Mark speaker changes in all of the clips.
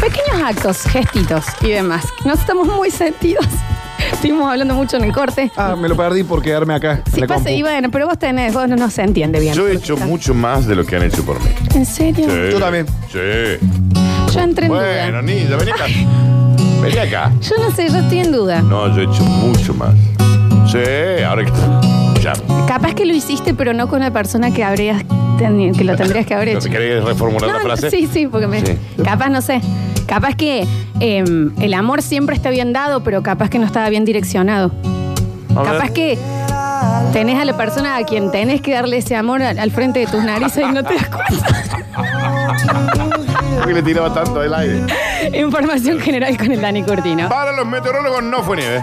Speaker 1: pequeños actos, gestitos y demás. Nos estamos muy sentidos. Estuvimos hablando mucho en el corte.
Speaker 2: Ah, me lo perdí por quedarme acá. en
Speaker 1: Sí,
Speaker 2: la
Speaker 1: pasa,
Speaker 2: compu.
Speaker 1: y bueno, pero vos tenés, vos no, no se entiende bien.
Speaker 3: Yo he hecho
Speaker 1: Está-
Speaker 3: mucho más de lo que han hecho por mí.
Speaker 1: ¿En serio?
Speaker 3: Sí.
Speaker 2: Yo también.
Speaker 3: Sí.
Speaker 1: Yo entré en
Speaker 3: Bueno,
Speaker 1: duda.
Speaker 3: niña, vení acá. Vení acá.
Speaker 1: Yo no sé, yo estoy en duda.
Speaker 3: No, yo he hecho mucho más. Sí, ahora que. Ya.
Speaker 1: Capaz que lo hiciste, pero no con la persona que habrías teni- que lo tendrías que haber
Speaker 3: ¿No
Speaker 1: hecho.
Speaker 3: te querés reformular la
Speaker 1: No,
Speaker 3: frase?
Speaker 1: Sí, sí, porque me.
Speaker 3: Sí.
Speaker 1: Capaz, no sé. Capaz que eh, el amor siempre está bien dado, pero capaz que no estaba bien direccionado.
Speaker 3: A ver.
Speaker 1: Capaz que tenés a la persona a quien tenés que darle ese amor al, al frente de tus narices y no te das cuenta.
Speaker 3: ¿Por qué le tiraba tanto del aire?
Speaker 1: Información general con el Dani Curtino.
Speaker 3: Para los meteorólogos no fue nieve.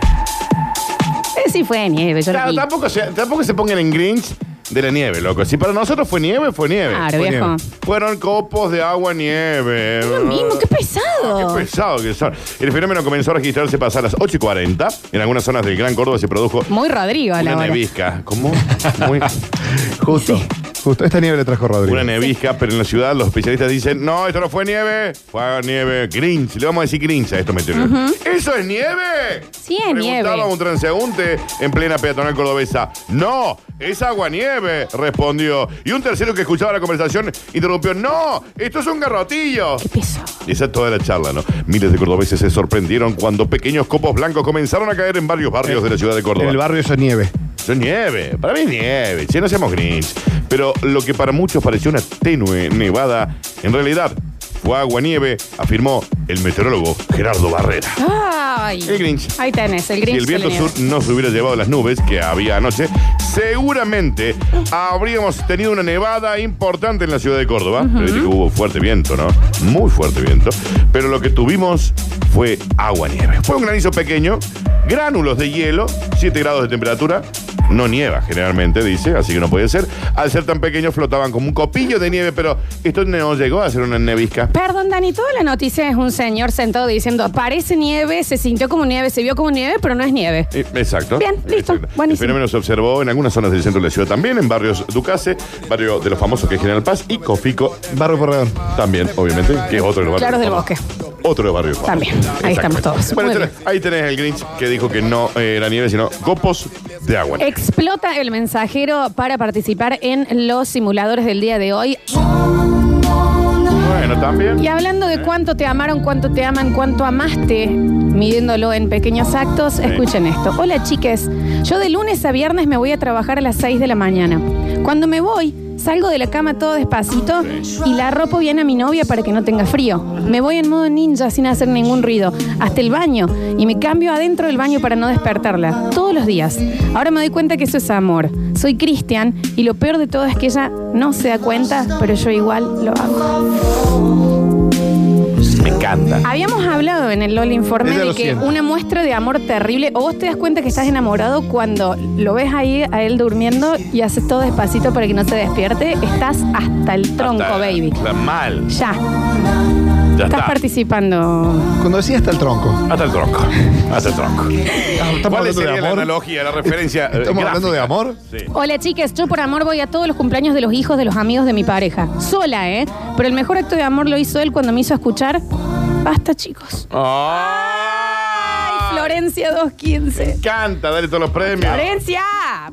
Speaker 1: Eh, sí fue de nieve, yo lo
Speaker 3: Claro,
Speaker 1: vi.
Speaker 3: tampoco se, tampoco se pongan en Grinch de la nieve, loco. Si para nosotros fue nieve, fue nieve.
Speaker 1: Claro,
Speaker 3: Fue
Speaker 1: viejo.
Speaker 3: nieve. Fueron copos de agua, nieve.
Speaker 1: Lo mismo, qué pesado.
Speaker 3: Ah, Qué pesado que son. El fenómeno comenzó a registrarse pasar las 8 y 40. En algunas zonas del Gran Córdoba se produjo
Speaker 1: Muy Rodrigo a la
Speaker 3: una
Speaker 1: hora.
Speaker 3: nevisca. ¿Cómo? Muy-
Speaker 2: Justo. Justo. Esta nieve le trajo Rodrigo.
Speaker 3: una nevisca, pero en la ciudad los especialistas dicen, no, esto no fue nieve, fue nieve Grinch. Le vamos a decir Grinch a esto meteorólogos. ¿Eso es nieve?
Speaker 1: Sí, es nieve.
Speaker 3: Preguntaba un transeúnte en plena peatonal cordobesa. No, es agua nieve, respondió. Y un tercero que escuchaba la conversación interrumpió, no, esto es un garrotillo.
Speaker 1: Qué pesado.
Speaker 3: Y Esa es toda la charla, ¿no? Miles de cordobeses se sorprendieron cuando pequeños copos blancos comenzaron a caer en varios barrios de la ciudad de Córdoba.
Speaker 2: En el barrio eso es nieve.
Speaker 3: Eso es nieve, para mí es nieve, si no seamos gris. Pero lo que para muchos pareció una tenue nevada, en realidad fue agua nieve, afirmó el meteorólogo Gerardo Barrera.
Speaker 1: Ay.
Speaker 3: El Grinch.
Speaker 1: Ahí tenés, el
Speaker 3: Si
Speaker 1: Grinch.
Speaker 3: el viento
Speaker 1: de la
Speaker 3: sur
Speaker 1: nieve.
Speaker 3: no se hubiera llevado las nubes que había anoche, seguramente habríamos tenido una nevada importante en la ciudad de Córdoba. Pero viste que hubo fuerte viento, ¿no? Muy fuerte viento. Pero lo que tuvimos fue agua nieve. Fue un granizo pequeño, gránulos de hielo, 7 grados de temperatura. No nieva generalmente, dice, así que no puede ser. Al ser tan pequeños flotaban como un copillo de nieve, pero esto no llegó a ser una nevisca.
Speaker 1: Perdón, Dani, toda la noticia es un señor sentado diciendo, parece nieve, se sintió como nieve, se vio como nieve, pero no es nieve.
Speaker 3: Eh, Exacto.
Speaker 1: Bien, listo,
Speaker 3: Exacto.
Speaker 1: buenísimo.
Speaker 3: El fenómeno se observó en algunas zonas del centro de la ciudad también, en barrios Ducase, barrio de los famosos que es General Paz, y Cofico
Speaker 2: Barrio Corredor.
Speaker 3: también, obviamente, que es otro de los
Speaker 1: Claros
Speaker 3: barrios.
Speaker 1: del
Speaker 3: famosos.
Speaker 1: Bosque.
Speaker 3: Otro de los barrios. famosos.
Speaker 1: También, ahí
Speaker 3: Exactamente.
Speaker 1: estamos todos.
Speaker 3: Bueno,
Speaker 1: Muy
Speaker 3: tenés- ahí tenés el Grinch que dijo que no eh, era nieve, sino copos de agua.
Speaker 1: Explota el mensajero para participar en los simuladores del día de hoy.
Speaker 3: Bueno, también.
Speaker 1: Y hablando de cuánto te amaron, cuánto te aman, cuánto amaste, midiéndolo en pequeños actos, escuchen esto. Hola chiques, yo de lunes a viernes me voy a trabajar a las 6 de la mañana. Cuando me voy, salgo de la cama todo despacito y la ropo bien a mi novia para que no tenga frío. Me voy en modo ninja sin hacer ningún ruido, hasta el baño, y me cambio adentro del baño para no despertarla, todos los días. Ahora me doy cuenta que eso es amor. Soy Cristian y lo peor de todo es que ella no se da cuenta, pero yo igual lo hago.
Speaker 3: Me encanta.
Speaker 1: Habíamos hablado en el LOL Informe
Speaker 2: Ella
Speaker 1: de
Speaker 2: lo
Speaker 1: que
Speaker 2: siente.
Speaker 1: una muestra de amor terrible, o vos te das cuenta que estás enamorado cuando lo ves ahí a él durmiendo y haces todo despacito para que no se despierte, estás hasta el tronco,
Speaker 3: Está-
Speaker 1: baby.
Speaker 3: Está mal.
Speaker 1: Ya,
Speaker 3: Ya
Speaker 1: estás
Speaker 3: está.
Speaker 1: participando.
Speaker 2: Cuando decía hasta el tronco.
Speaker 3: Hasta el tronco. Hasta el tronco.
Speaker 2: Ah, Estamos
Speaker 3: ¿Cuál
Speaker 2: hablando
Speaker 3: sería
Speaker 2: de
Speaker 3: la
Speaker 2: amor.
Speaker 3: analogía, la referencia? eh,
Speaker 2: Estamos hablando de
Speaker 3: gráfica?
Speaker 2: amor.
Speaker 3: Sí.
Speaker 1: Hola chicas, yo por amor voy a todos los cumpleaños de los hijos de los amigos de mi pareja. Sola, ¿eh? Pero el mejor acto de amor lo hizo él cuando me hizo escuchar. Basta, chicos.
Speaker 3: ¡Ay,
Speaker 1: Florencia 215.
Speaker 3: Canta, dale todos los premios.
Speaker 1: Florencia,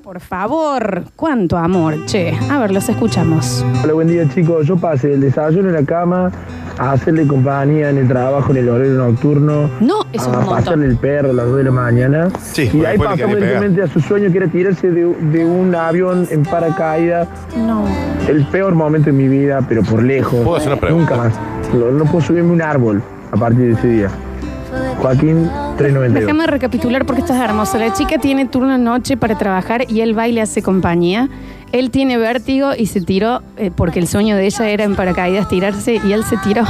Speaker 1: por favor. Cuánto amor, che. A ver, los escuchamos.
Speaker 4: Hola, buen día chicos. Yo pasé del desayuno en la cama a hacerle compañía en el trabajo, en el horario nocturno.
Speaker 1: No, es
Speaker 4: a
Speaker 1: un
Speaker 4: pasarle
Speaker 1: montón.
Speaker 4: el perro a las 2 de la mañana.
Speaker 2: Sí,
Speaker 4: y
Speaker 2: porque
Speaker 4: ahí
Speaker 2: después le
Speaker 4: pasó
Speaker 2: querés pegar.
Speaker 4: directamente a su sueño que era tirarse de, de un avión en paracaídas.
Speaker 1: No.
Speaker 4: El peor momento de mi vida, pero por lejos.
Speaker 3: ¿Puedo hacer una pregunta?
Speaker 4: Nunca más. No, no puedo subirme a un árbol a partir de ese día. Joaquín 392.
Speaker 1: Déjame recapitular porque esto es hermoso. La chica tiene turno noche para trabajar y él va y le hace compañía. Él tiene vértigo y se tiró eh, porque el sueño de ella era en paracaídas tirarse y él se tiró.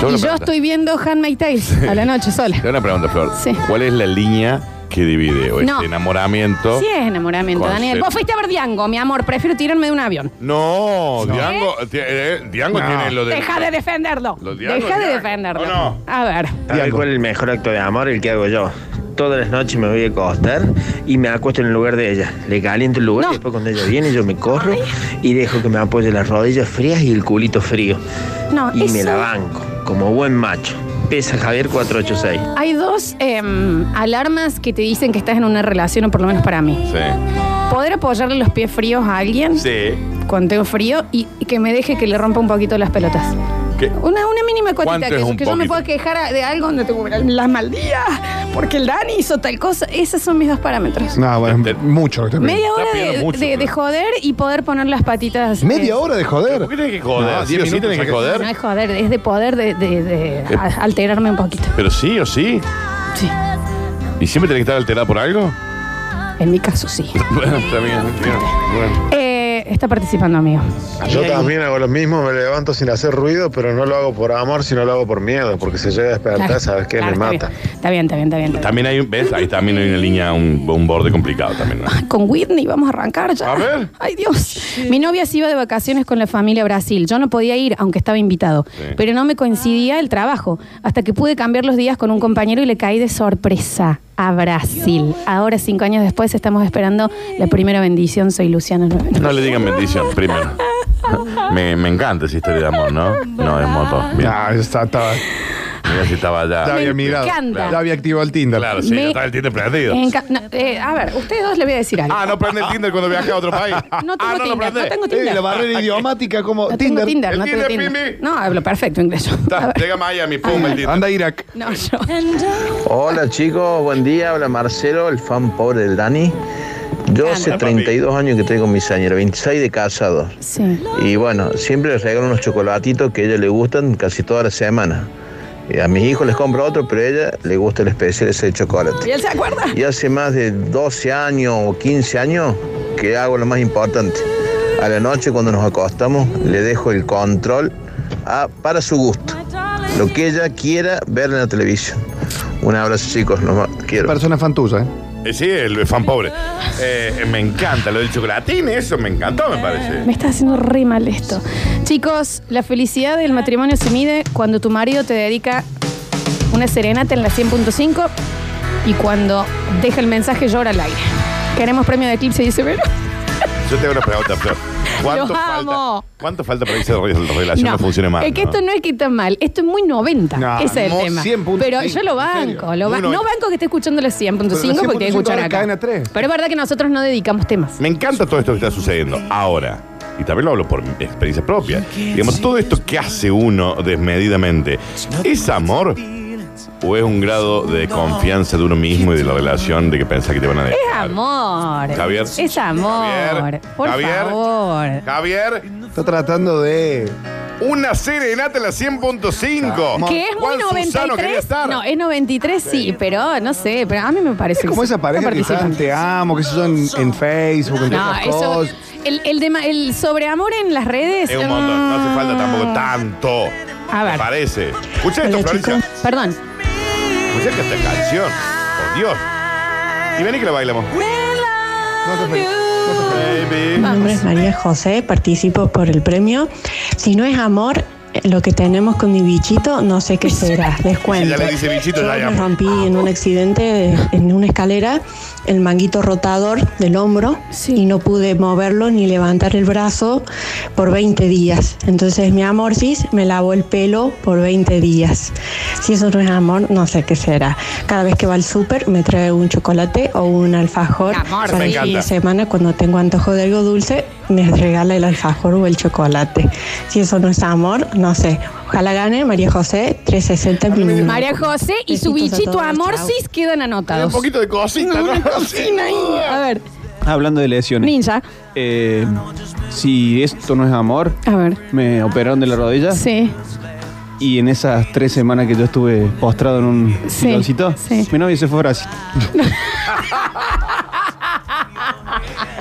Speaker 3: Yo una
Speaker 1: y yo
Speaker 3: pregunta.
Speaker 1: estoy viendo Handmaid's Tales a la noche sola.
Speaker 3: Te hago una pregunta, Flor.
Speaker 1: Sí.
Speaker 3: ¿Cuál es la línea que divide o
Speaker 1: No.
Speaker 3: este enamoramiento?
Speaker 1: Sí, es enamoramiento,
Speaker 3: Con
Speaker 1: Daniel.
Speaker 3: ser-
Speaker 1: Vos fuiste a ver Diango, mi amor. Prefiero tirarme de un avión.
Speaker 3: No, Diango, ti- eh, Diango
Speaker 2: No.
Speaker 3: tiene lo de.
Speaker 1: Deja de defenderlo.
Speaker 3: Los Diango,
Speaker 1: Deja de
Speaker 3: Diango.
Speaker 1: defenderlo.
Speaker 3: ¿O no?
Speaker 1: A ver.
Speaker 5: ¿Sabes cuál es el mejor acto de amor? El que hago yo. Todas las noches me voy a acostar y me acuesto en el lugar de ella. Le caliento el lugar
Speaker 1: No.
Speaker 5: y después cuando ella viene yo me corro y dejo que me apoye las rodillas frías y el culito frío.
Speaker 1: No,
Speaker 5: y
Speaker 1: eso-
Speaker 5: me la banco. como buen macho. Pesa Javier 486.
Speaker 1: Hay dos em, alarmas que te dicen que estás en una relación, o por lo menos para mí.
Speaker 3: Sí.
Speaker 1: Poder apoyarle los pies fríos a alguien
Speaker 3: Sí.
Speaker 1: cuando tengo frío y, y que me deje que le rompa un poquito las pelotas.
Speaker 3: ¿Qué?
Speaker 1: Una, una mínima
Speaker 3: ¿Cuánto
Speaker 1: cuotita que,
Speaker 3: es
Speaker 1: eso,
Speaker 3: un
Speaker 1: que yo me
Speaker 3: poquito?
Speaker 1: pueda quejar a- de algo donde tengo las maldías, porque el Dani hizo tal cosa. Esos son mis dos parámetros.
Speaker 2: No, bueno,
Speaker 3: Te-
Speaker 2: es mucho. lo que te pido.
Speaker 1: Media hora
Speaker 3: pidiendo
Speaker 1: de,
Speaker 3: mucho,
Speaker 1: de-
Speaker 3: pero-
Speaker 1: de joder y poder poner las patitas.
Speaker 2: Media
Speaker 1: eh,
Speaker 2: hora de
Speaker 3: ¿Por
Speaker 2: joder.
Speaker 3: qué tenés que joder?
Speaker 2: No,
Speaker 3: ¿Sí o sí tenés que joder?
Speaker 1: No es joder, es de poder de, de- de
Speaker 3: Eh.
Speaker 1: a- alterarme un poquito.
Speaker 3: Pero sí o sí.
Speaker 1: Sí,
Speaker 3: ¿Y siempre tenés que estar alterada por algo?
Speaker 1: en mi caso sí.
Speaker 3: Bueno, está bien, está bien. Bueno.
Speaker 1: Eh, está participando, amigo.
Speaker 6: Yo también hago lo mismo, me levanto sin hacer ruido, pero no lo hago por amor, sino lo hago por miedo, porque si llega a despertar,
Speaker 1: Claro,
Speaker 6: sabes que
Speaker 1: claro,
Speaker 6: me mata.
Speaker 1: Está bien, está bien, está bien. está bien, está
Speaker 3: También hay un, ¿ves? Ahí también hay una línea, un, un borde complicado también. ¿no?
Speaker 1: bien. Con Whitney vamos a arrancar ya.
Speaker 3: A ver.
Speaker 1: Ay, Dios. Mi novia se iba de vacaciones con la familia a Brasil. Yo no podía ir, aunque estaba invitado.
Speaker 3: Sí.
Speaker 1: Pero no me coincidía el trabajo. Hasta que pude cambiar los días con un compañero y le caí de sorpresa a Brasil. Ahora, cinco años después, estamos esperando la primera bendición. Soy Luciana.
Speaker 3: No le digan bendición, primero. Me, me encanta esa historia de amor, ¿no? No, es moto. Bien.
Speaker 2: No, está, está,
Speaker 3: Mira si estaba allá.
Speaker 2: ya había mirado.
Speaker 1: encanta.
Speaker 2: Ya había activado el Tinder.
Speaker 3: Claro, sí,
Speaker 1: Me-
Speaker 3: ya estaba el Tinder prendido.
Speaker 1: En ca- no, eh, a ver, ustedes dos le voy a decir algo.
Speaker 3: Ah, no prende el Tinder cuando viaja a otro país.
Speaker 1: No tengo
Speaker 3: ah, no lo
Speaker 1: Tinder,
Speaker 3: prende.
Speaker 1: no tengo
Speaker 2: Eh,
Speaker 1: Tinder.
Speaker 2: la barrera idiomática como
Speaker 1: No tengo
Speaker 2: Tinder.
Speaker 1: Tinder,
Speaker 3: El
Speaker 1: no tengo
Speaker 3: Tinder,
Speaker 1: Tinder.
Speaker 3: Mimi.
Speaker 1: No, hablo perfecto inglés. yo. A
Speaker 3: Está,
Speaker 1: ver,
Speaker 3: llega a Miami, pum, el Tinder.
Speaker 2: Anda a Irak.
Speaker 1: No, yo.
Speaker 7: Hola chicos, buen día, habla Marcelo, el fan pobre del Dani.
Speaker 1: Ah,
Speaker 7: Yo hace
Speaker 3: Hola, papi.
Speaker 7: 32 años que estoy con mi señora, 26 de casados.
Speaker 1: Sí.
Speaker 7: Y bueno, siempre les regalo unos chocolatitos que a ella le gustan casi toda la semana. Y a mis hijos les compro otro, pero a ella le gusta el especial ese de chocolate.
Speaker 1: ¿Y él se acuerda?
Speaker 7: Y hace más de 12 años o 15 años que hago lo más importante. A la noche cuando nos acostamos le dejo el control a- para su gusto. Lo que ella quiera ver en la televisión. Un abrazo chicos, los ma- quiero.
Speaker 2: Persona fan tuya, ¿eh?
Speaker 3: Eh, sí, el fan pobre. Eh, me encanta lo del chocolatín, eso me encantó, me parece.
Speaker 1: Me está haciendo re mal esto. Chicos, la felicidad del matrimonio se mide cuando tu marido te dedica una serenata en la 100.5 y cuando deja el mensaje llora al aire. Queremos premio de Eclipse, dice Vero.
Speaker 3: Yo te hago una pregunta, Flor. ¿Cuánto
Speaker 1: Los
Speaker 3: falta,
Speaker 1: amo.
Speaker 3: ¿Cuánto falta para que esa re- relación Ah, no, funcione mal?
Speaker 1: Es que
Speaker 3: no?
Speaker 1: esto no es que está mal, esto es muy 90.
Speaker 2: No,
Speaker 1: ese es el
Speaker 2: mo-
Speaker 1: tema.
Speaker 2: 100.5,
Speaker 1: Pero yo lo
Speaker 2: ¿en
Speaker 1: banco,
Speaker 2: serio?
Speaker 1: lo ba-
Speaker 3: Muy
Speaker 1: no
Speaker 3: 90.
Speaker 1: banco que esté escuchando la 100.5
Speaker 2: Pero la
Speaker 1: porque tiene que
Speaker 2: 100.5
Speaker 1: escuchar
Speaker 2: ahora
Speaker 1: acá.
Speaker 2: caen a tres.
Speaker 1: Pero es verdad que nosotros no dedicamos temas.
Speaker 3: Me encanta todo esto que está sucediendo ahora. Y también lo hablo por experiencia propia. Digamos, todo esto que hace uno desmedidamente, ¿es amor? ¿O es un grado de confianza de uno mismo y de la relación de que pensás que te van a dejar?
Speaker 1: Es amor.
Speaker 3: Javier.
Speaker 1: Es amor.
Speaker 3: Javier.
Speaker 1: Por
Speaker 3: Javier.
Speaker 1: favor.
Speaker 3: Javier,
Speaker 2: Está tratando de.
Speaker 3: una serenata en la 100.5.
Speaker 1: Que es muy
Speaker 3: Juan Susano quería
Speaker 1: 93.
Speaker 3: estar.
Speaker 1: No, es 93, sí, pero no sé, pero a mí me parece
Speaker 2: Es como
Speaker 1: que sí.
Speaker 2: esa pareja
Speaker 1: No
Speaker 2: que está en
Speaker 1: participa.
Speaker 2: te amo, que eso son en, en Facebook, en
Speaker 1: No,
Speaker 2: todas esas
Speaker 1: eso.
Speaker 2: cosas.
Speaker 1: El, el, dema- el sobreamor en las redes.
Speaker 3: Es un montón, no hace falta tampoco
Speaker 1: ah.
Speaker 3: tanto.
Speaker 1: A ver.
Speaker 3: Me parece. Escucha esto,
Speaker 1: Hola,
Speaker 3: Florencia.
Speaker 1: chicos. Perdón.
Speaker 3: Escucha esta canción. Por Dios. Y vení que la bailamos. Baby.
Speaker 8: Mi nombre es María José, participo por el premio. Si no es amor, eh, lo que tenemos con mi bichito, no sé qué será. Les cuento.
Speaker 3: Ya le dice bichito, Ah.
Speaker 8: Yo
Speaker 3: ya, ya.
Speaker 8: me rompí en un accidente de- en una escalera el manguito rotador del hombro
Speaker 1: Sí.
Speaker 8: y no pude moverlo ni levantar el brazo por 20 días. Entonces mi amorcis me lavó el pelo por 20 días. Si eso no es amor, no sé qué será. Cada vez que va al súper me trae un chocolate o un alfajor.
Speaker 1: Amor,
Speaker 8: Para
Speaker 3: me
Speaker 8: el fin
Speaker 3: encanta.
Speaker 8: de semana cuando tengo antojo de algo dulce me regala el alfajor o el chocolate. Si eso no es amor, no sé. Ojalá gane María José 360
Speaker 2: Mm.
Speaker 8: mínimo.
Speaker 1: María José y su
Speaker 8: Besitos a
Speaker 1: bichito
Speaker 8: todos,
Speaker 1: amorcis quedan
Speaker 3: Hay Un
Speaker 1: anotados.
Speaker 3: poquito de cosita, ¿no?
Speaker 1: A ver,
Speaker 9: Ah, Hablando de lesiones,
Speaker 1: ninja.
Speaker 9: eh, si esto no es amor,
Speaker 1: A ver.
Speaker 9: me operaron de la
Speaker 2: Ah.
Speaker 9: rodilla
Speaker 1: Sí.
Speaker 9: y en esas tres semanas que yo estuve postrado en un
Speaker 1: Sí,
Speaker 9: silloncito,
Speaker 1: sí.
Speaker 9: mi novia se fue a Brasil.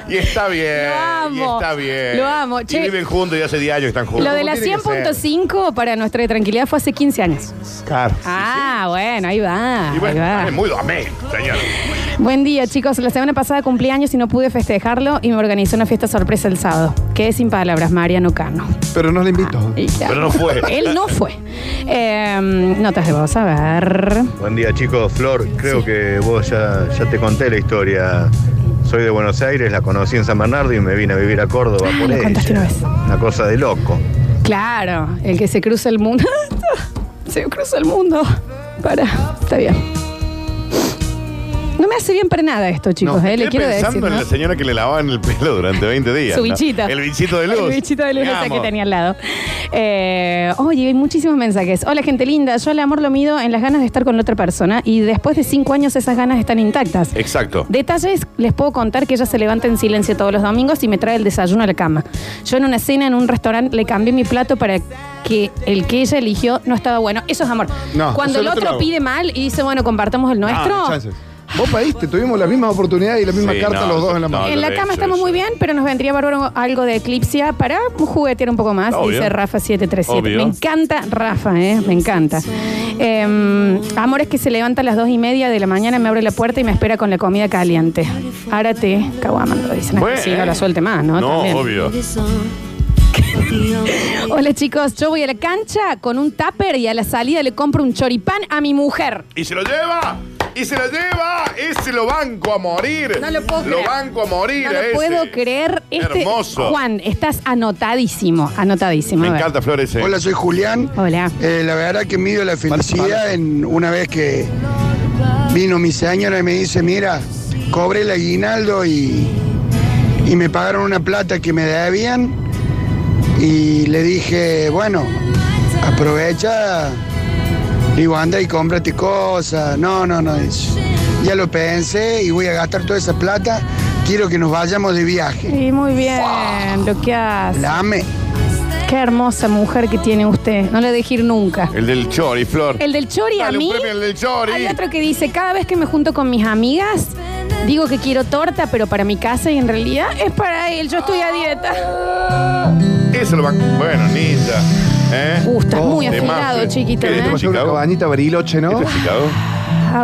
Speaker 3: Y está bien.
Speaker 1: Lo amo.
Speaker 3: Y está bien.
Speaker 1: Lo amo.
Speaker 3: Y
Speaker 1: Che.
Speaker 3: viven juntos y hace 10 años que están juntos.
Speaker 1: Lo de la
Speaker 2: tiene que ser?
Speaker 1: 100.5 para nuestra tranquilidad fue hace 15 años.
Speaker 2: Claro.
Speaker 1: Ah, bueno, ahí va.
Speaker 3: Y bueno,
Speaker 1: ahí va.
Speaker 3: es muy amén, señor.
Speaker 1: Buen día, chicos. La semana pasada cumplí años y no pude festejarlo y me organizó una fiesta sorpresa el sábado. Quedé sin palabras, Mariano Cano.
Speaker 2: Pero no le invito.
Speaker 1: Y ya.
Speaker 3: Pero no fue.
Speaker 1: Él no fue. Eh, notas de voz, a ver.
Speaker 6: Buen día chicos, Flor, creo que vos ya, ya te conté la historia. Soy de Buenos Aires, la conocí en San Bernardo y me vine a vivir a Córdoba por
Speaker 1: lo
Speaker 6: ella.
Speaker 1: contaste una vez.
Speaker 6: Una cosa de loco.
Speaker 1: Claro, el que se cruza el mundo. Se cruza el mundo. Para, está bien. No me hace bien para nada esto, chicos,
Speaker 3: No,
Speaker 1: eh, le
Speaker 3: estoy
Speaker 1: quiero decir.
Speaker 3: pensando en
Speaker 1: ¿no?
Speaker 3: la señora que le lavaban el pelo durante 20 días.
Speaker 1: Su
Speaker 3: ¿no?
Speaker 1: bichita.
Speaker 3: El bichito de luz.
Speaker 1: El bichito de luz
Speaker 3: Te
Speaker 1: esa que
Speaker 3: amo.
Speaker 1: tenía al lado. Eh, oye, hay muchísimos mensajes. Hola, gente linda. Yo el amor lo mido en las ganas de estar con la otra persona y después de cinco años esas ganas están intactas.
Speaker 3: Exacto.
Speaker 1: Detalles, les puedo contar que ella se levanta en silencio todos los domingos y me trae el desayuno a la cama. Yo en una cena, en un restaurante, le cambié mi plato para que el que ella eligió no estaba bueno. Eso es amor.
Speaker 2: No,
Speaker 1: Cuando
Speaker 2: eso
Speaker 1: el
Speaker 2: es lo
Speaker 1: otro
Speaker 2: otro.
Speaker 1: pide mal y dice, bueno, compartamos el nuestro.
Speaker 2: Ah, chances. Vos pediste, tuvimos la misma oportunidad y la misma
Speaker 3: Sí,
Speaker 2: carta
Speaker 3: no,
Speaker 2: los dos en la
Speaker 3: no,
Speaker 2: mano.
Speaker 1: en la
Speaker 3: lo he
Speaker 1: cama
Speaker 3: hecho,
Speaker 1: estamos
Speaker 3: eso.
Speaker 1: muy bien, pero nos vendría bárbaro algo de eclipsia para juguetear un poco más,
Speaker 3: Ah, Obvio.
Speaker 1: dice Rafa737.
Speaker 3: Obvio.
Speaker 1: Me encanta Rafa, ¿eh? me encanta. Eh, amores que se levanta a las dos y media de la mañana, me abre la puerta y me espera con la comida caliente. Árate, caguaman, lo dicen.
Speaker 3: Bueno.
Speaker 1: así, no la suelte más, ¿no?
Speaker 3: No,
Speaker 1: También.
Speaker 3: obvio.
Speaker 1: Hola chicos, yo voy a la cancha con un tupper y a la salida le compro un choripán a mi mujer.
Speaker 3: ¡Y se lo lleva! ¡Y se lo lleva! ¡Ese lo banco a morir!
Speaker 1: No lo puedo creer.
Speaker 3: banco a morir
Speaker 1: No
Speaker 3: a
Speaker 1: lo
Speaker 3: ese.
Speaker 1: puedo creer. Este,
Speaker 3: Hermoso.
Speaker 1: Juan, estás anotadísimo, anotadísimo.
Speaker 3: Me
Speaker 1: a ver.
Speaker 3: encanta, Flores. eh.
Speaker 10: Hola, soy Julián.
Speaker 1: Hola.
Speaker 10: Eh, la verdad que mido la felicidad en una vez que vino mi señora y me dice, mira, cobré el aguinaldo y, y me pagaron una plata que me debían y le dije, bueno, aprovecha, digo, anda y cómprate cosas. No, no, no, dice, ya lo pensé y voy a gastar toda esa plata, quiero que nos vayamos de viaje.
Speaker 1: Sí, muy bien, lo que hace.
Speaker 10: La amé.
Speaker 1: Qué hermosa mujer que tiene usted. No le deje ir nunca.
Speaker 3: El del Chori, Flor.
Speaker 1: El del Chori a
Speaker 3: Dale un
Speaker 1: mí.
Speaker 3: premio al del Chori.
Speaker 1: Hay otro que dice, cada vez que me junto con mis amigas, digo que quiero torta, pero para mi casa y en realidad es para él. Yo estoy a dieta.
Speaker 3: Eso lo banco. Bueno, Nita. ¿Eh?
Speaker 1: Uh, estás
Speaker 2: Oh,
Speaker 1: muy
Speaker 3: de
Speaker 1: afilado,
Speaker 3: Mafe.
Speaker 1: chiquito.
Speaker 3: ¿Qué
Speaker 1: ¿eh?
Speaker 3: de
Speaker 2: Pasó Pues una
Speaker 3: Chicago.
Speaker 2: cabañita bariloche, ¿no?
Speaker 3: ¿Estás Chicago?
Speaker 1: A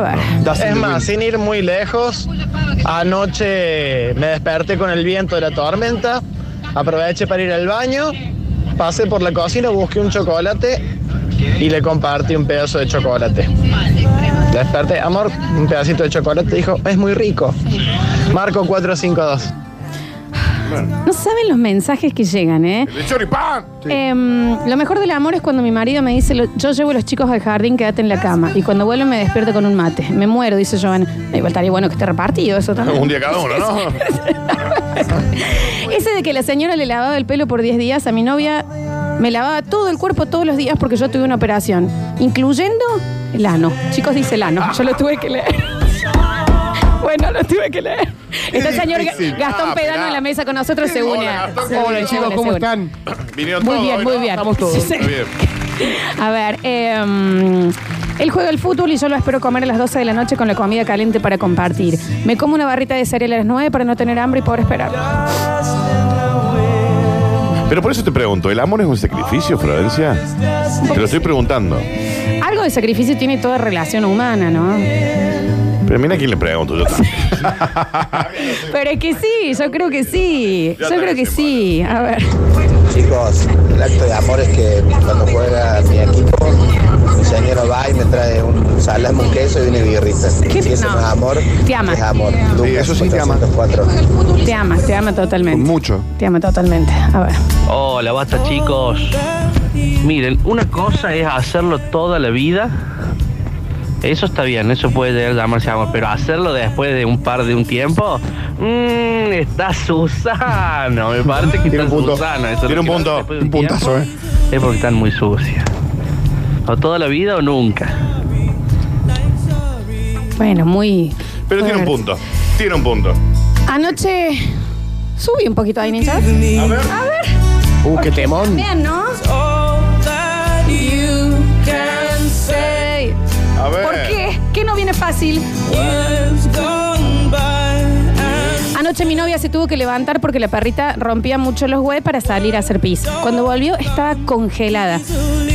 Speaker 1: ver.
Speaker 9: Es más,
Speaker 5: sin ir muy lejos, anoche me desperté con el viento de la tormenta, aproveché para ir al baño, pasé por la cocina, busqué un chocolate y le compartí un pedazo de chocolate. Desperté, amor, un pedacito de chocolate, dijo, es muy rico. Marco 452.
Speaker 1: No saben los mensajes que llegan, ¿eh?
Speaker 3: El del Chori, ¡pam!
Speaker 1: Em, lo mejor del amor es cuando mi marido me dice, lo- yo llevo a los chicos al jardín, quédate en la cama. Y cuando vuelvo me despierto con un mate. Me muero, dice Joana. Me faltaría bueno que esté repartido eso también.
Speaker 3: Un día cada uno, ¿no?
Speaker 1: Ese de que la señora le lavaba el pelo por 10 días a mi novia, me lavaba todo el cuerpo todos los días porque yo tuve una operación, incluyendo el ano. Chicos, dice el ano. Yo lo tuve que leer. Bueno, lo tuve que leer. Este señor
Speaker 3: difícil.
Speaker 1: gastó un
Speaker 3: Ah,
Speaker 1: pedano
Speaker 3: mirá.
Speaker 1: en la mesa con nosotros, se une.
Speaker 3: Hola,
Speaker 1: a-
Speaker 3: Gastón,
Speaker 1: se
Speaker 3: ¿cómo
Speaker 1: une,
Speaker 3: le-
Speaker 1: se une, se une.
Speaker 3: Vinieron
Speaker 1: Muy
Speaker 3: todos
Speaker 1: bien,
Speaker 3: hoy,
Speaker 1: muy
Speaker 3: ¿no?
Speaker 1: bien.
Speaker 3: Estamos todos.
Speaker 1: Sí.
Speaker 3: Está bien.
Speaker 1: A ver, em, él juega al fútbol y yo lo espero comer a las 12 de la noche con la comida caliente para compartir. Me como una barrita de cereal a las 9 para no tener hambre y poder esperar.
Speaker 3: Pero por eso te pregunto, ¿el amor es un sacrificio, Florencia? Te lo estoy preguntando.
Speaker 1: Algo de sacrificio tiene toda relación humana, ¿no?
Speaker 3: Pero mira a quién le pregunto, yo también.
Speaker 1: Pero es que sí, yo creo que sí. Yo
Speaker 3: Ya
Speaker 1: creo que
Speaker 3: tenés
Speaker 1: sí. A ver.
Speaker 7: Chicos, el acto de amor es que cuando juega mi equipo, mi señora va y me trae un salame, un queso y una birrita.
Speaker 1: ¿Qué?
Speaker 7: Si eso
Speaker 1: No.
Speaker 7: no es amor,
Speaker 1: Te ama.
Speaker 7: es amor. Lucas,
Speaker 2: eso sí te ama.
Speaker 7: 404.
Speaker 1: Te ama, te ama
Speaker 2: Con
Speaker 1: totalmente.
Speaker 2: mucho.
Speaker 1: Te ama totalmente. A ver.
Speaker 5: Hola, basta chicos. Miren, una cosa es hacerlo toda la vida. Eso está bien, eso puede llegar a llamarse amor, pero hacerlo después de un par de un tiempo, mmm, está Susano, me parece que
Speaker 2: Tiene
Speaker 5: está
Speaker 2: un punto.
Speaker 5: Susano. Eso es lo
Speaker 3: Tiene un
Speaker 5: que
Speaker 3: punto.
Speaker 5: después de
Speaker 2: Un puntazo, ¿eh?
Speaker 5: tiempo, Es porque están muy sucias. O toda la vida o nunca.
Speaker 1: Bueno, muy.
Speaker 3: Pero tiene un
Speaker 1: fuerte.
Speaker 3: punto. Tiene un punto.
Speaker 1: Anoche. Subí un poquito ahí, ninja.
Speaker 3: A ver.
Speaker 9: Uh, qué temón.
Speaker 1: Bien, ¿no?
Speaker 3: A ver.
Speaker 1: ¿Por qué? ¿Qué no viene fácil? Anoche mi novia se tuvo que levantar porque la perrita rompía mucho los huevos para salir a hacer pis. Cuando volvió estaba congelada.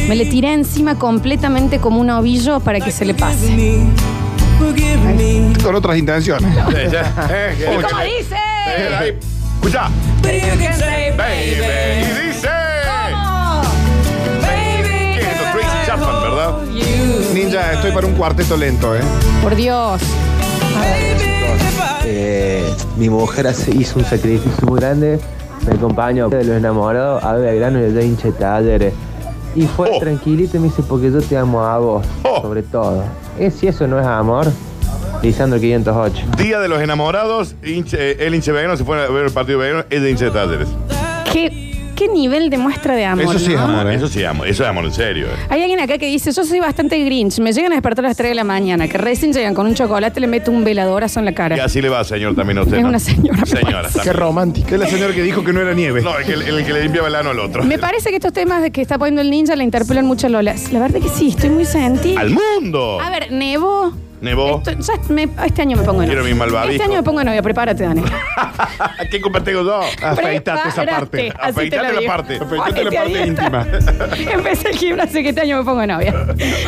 Speaker 1: Me le tiré encima completamente como un ovillo para que se le pase.
Speaker 2: ¿eh? Con otras intenciones.
Speaker 3: Sí, ya. Eh,
Speaker 1: ¿Y
Speaker 3: eh,
Speaker 1: cómo
Speaker 3: eh,
Speaker 1: dice?
Speaker 3: eh, ahí. Escucha. Baby. Y dice. ¿Qué es esto? Tracy Chapman, ¿verdad?
Speaker 2: Ninja, estoy para un cuarteto lento, ¿eh?
Speaker 1: Por Dios.
Speaker 11: Eh,
Speaker 5: mi mujer hizo un sacrificio muy grande. Me acompañó de los enamorados a Belgrano y de hinche talleres.
Speaker 11: Y fue tranquilito y me dice, porque yo te amo a vos, sobre todo. Eh, si eso no es amor, Lisandro 508.
Speaker 3: Día de los enamorados, hinche- eh, el hinche vegano se fue a ver el partido vegano, es de hinche de Talleres.
Speaker 1: ¿Qué, qué nivel de muestra de amor?
Speaker 3: Eso sí es
Speaker 1: no?
Speaker 3: amor, ¿eh? Eso sí es amor, eso es amor en serio. eh.
Speaker 1: Hay alguien acá que dice, yo soy bastante grinch, me llegan a despertar a las 3 de la mañana, que recién llegan con un chocolate, le meto un veladorazo en la
Speaker 3: Y
Speaker 1: cara.
Speaker 3: así le va, señor, también a usted.
Speaker 1: Es
Speaker 3: ¿no?
Speaker 1: una señora,
Speaker 3: Señora,
Speaker 2: Qué romántica. Es la señora que dijo que no era nieve.
Speaker 3: No, es que el, el que le limpiaba el ano al otro.
Speaker 1: Me parece que estos temas de que está poniendo el ninja le interpelan mucho a Lola. La verdad que sí, estoy muy sentida.
Speaker 3: ¡Al mundo!
Speaker 1: A ver, nevó.
Speaker 3: Nevó.
Speaker 1: Esto- ya me- este año me pongo de novia.
Speaker 3: Quiero mi malvavisco.
Speaker 1: Este año me pongo de novia, prepárate, Dani.
Speaker 3: ¿Qué compartimos yo?
Speaker 1: Afeitate esa parte. Prepárate, así te
Speaker 3: Afeitate
Speaker 1: lo
Speaker 3: la
Speaker 1: digo.
Speaker 3: parte.
Speaker 1: Ponete a dieta. Empecé el gimnasio que este año me pongo de novia.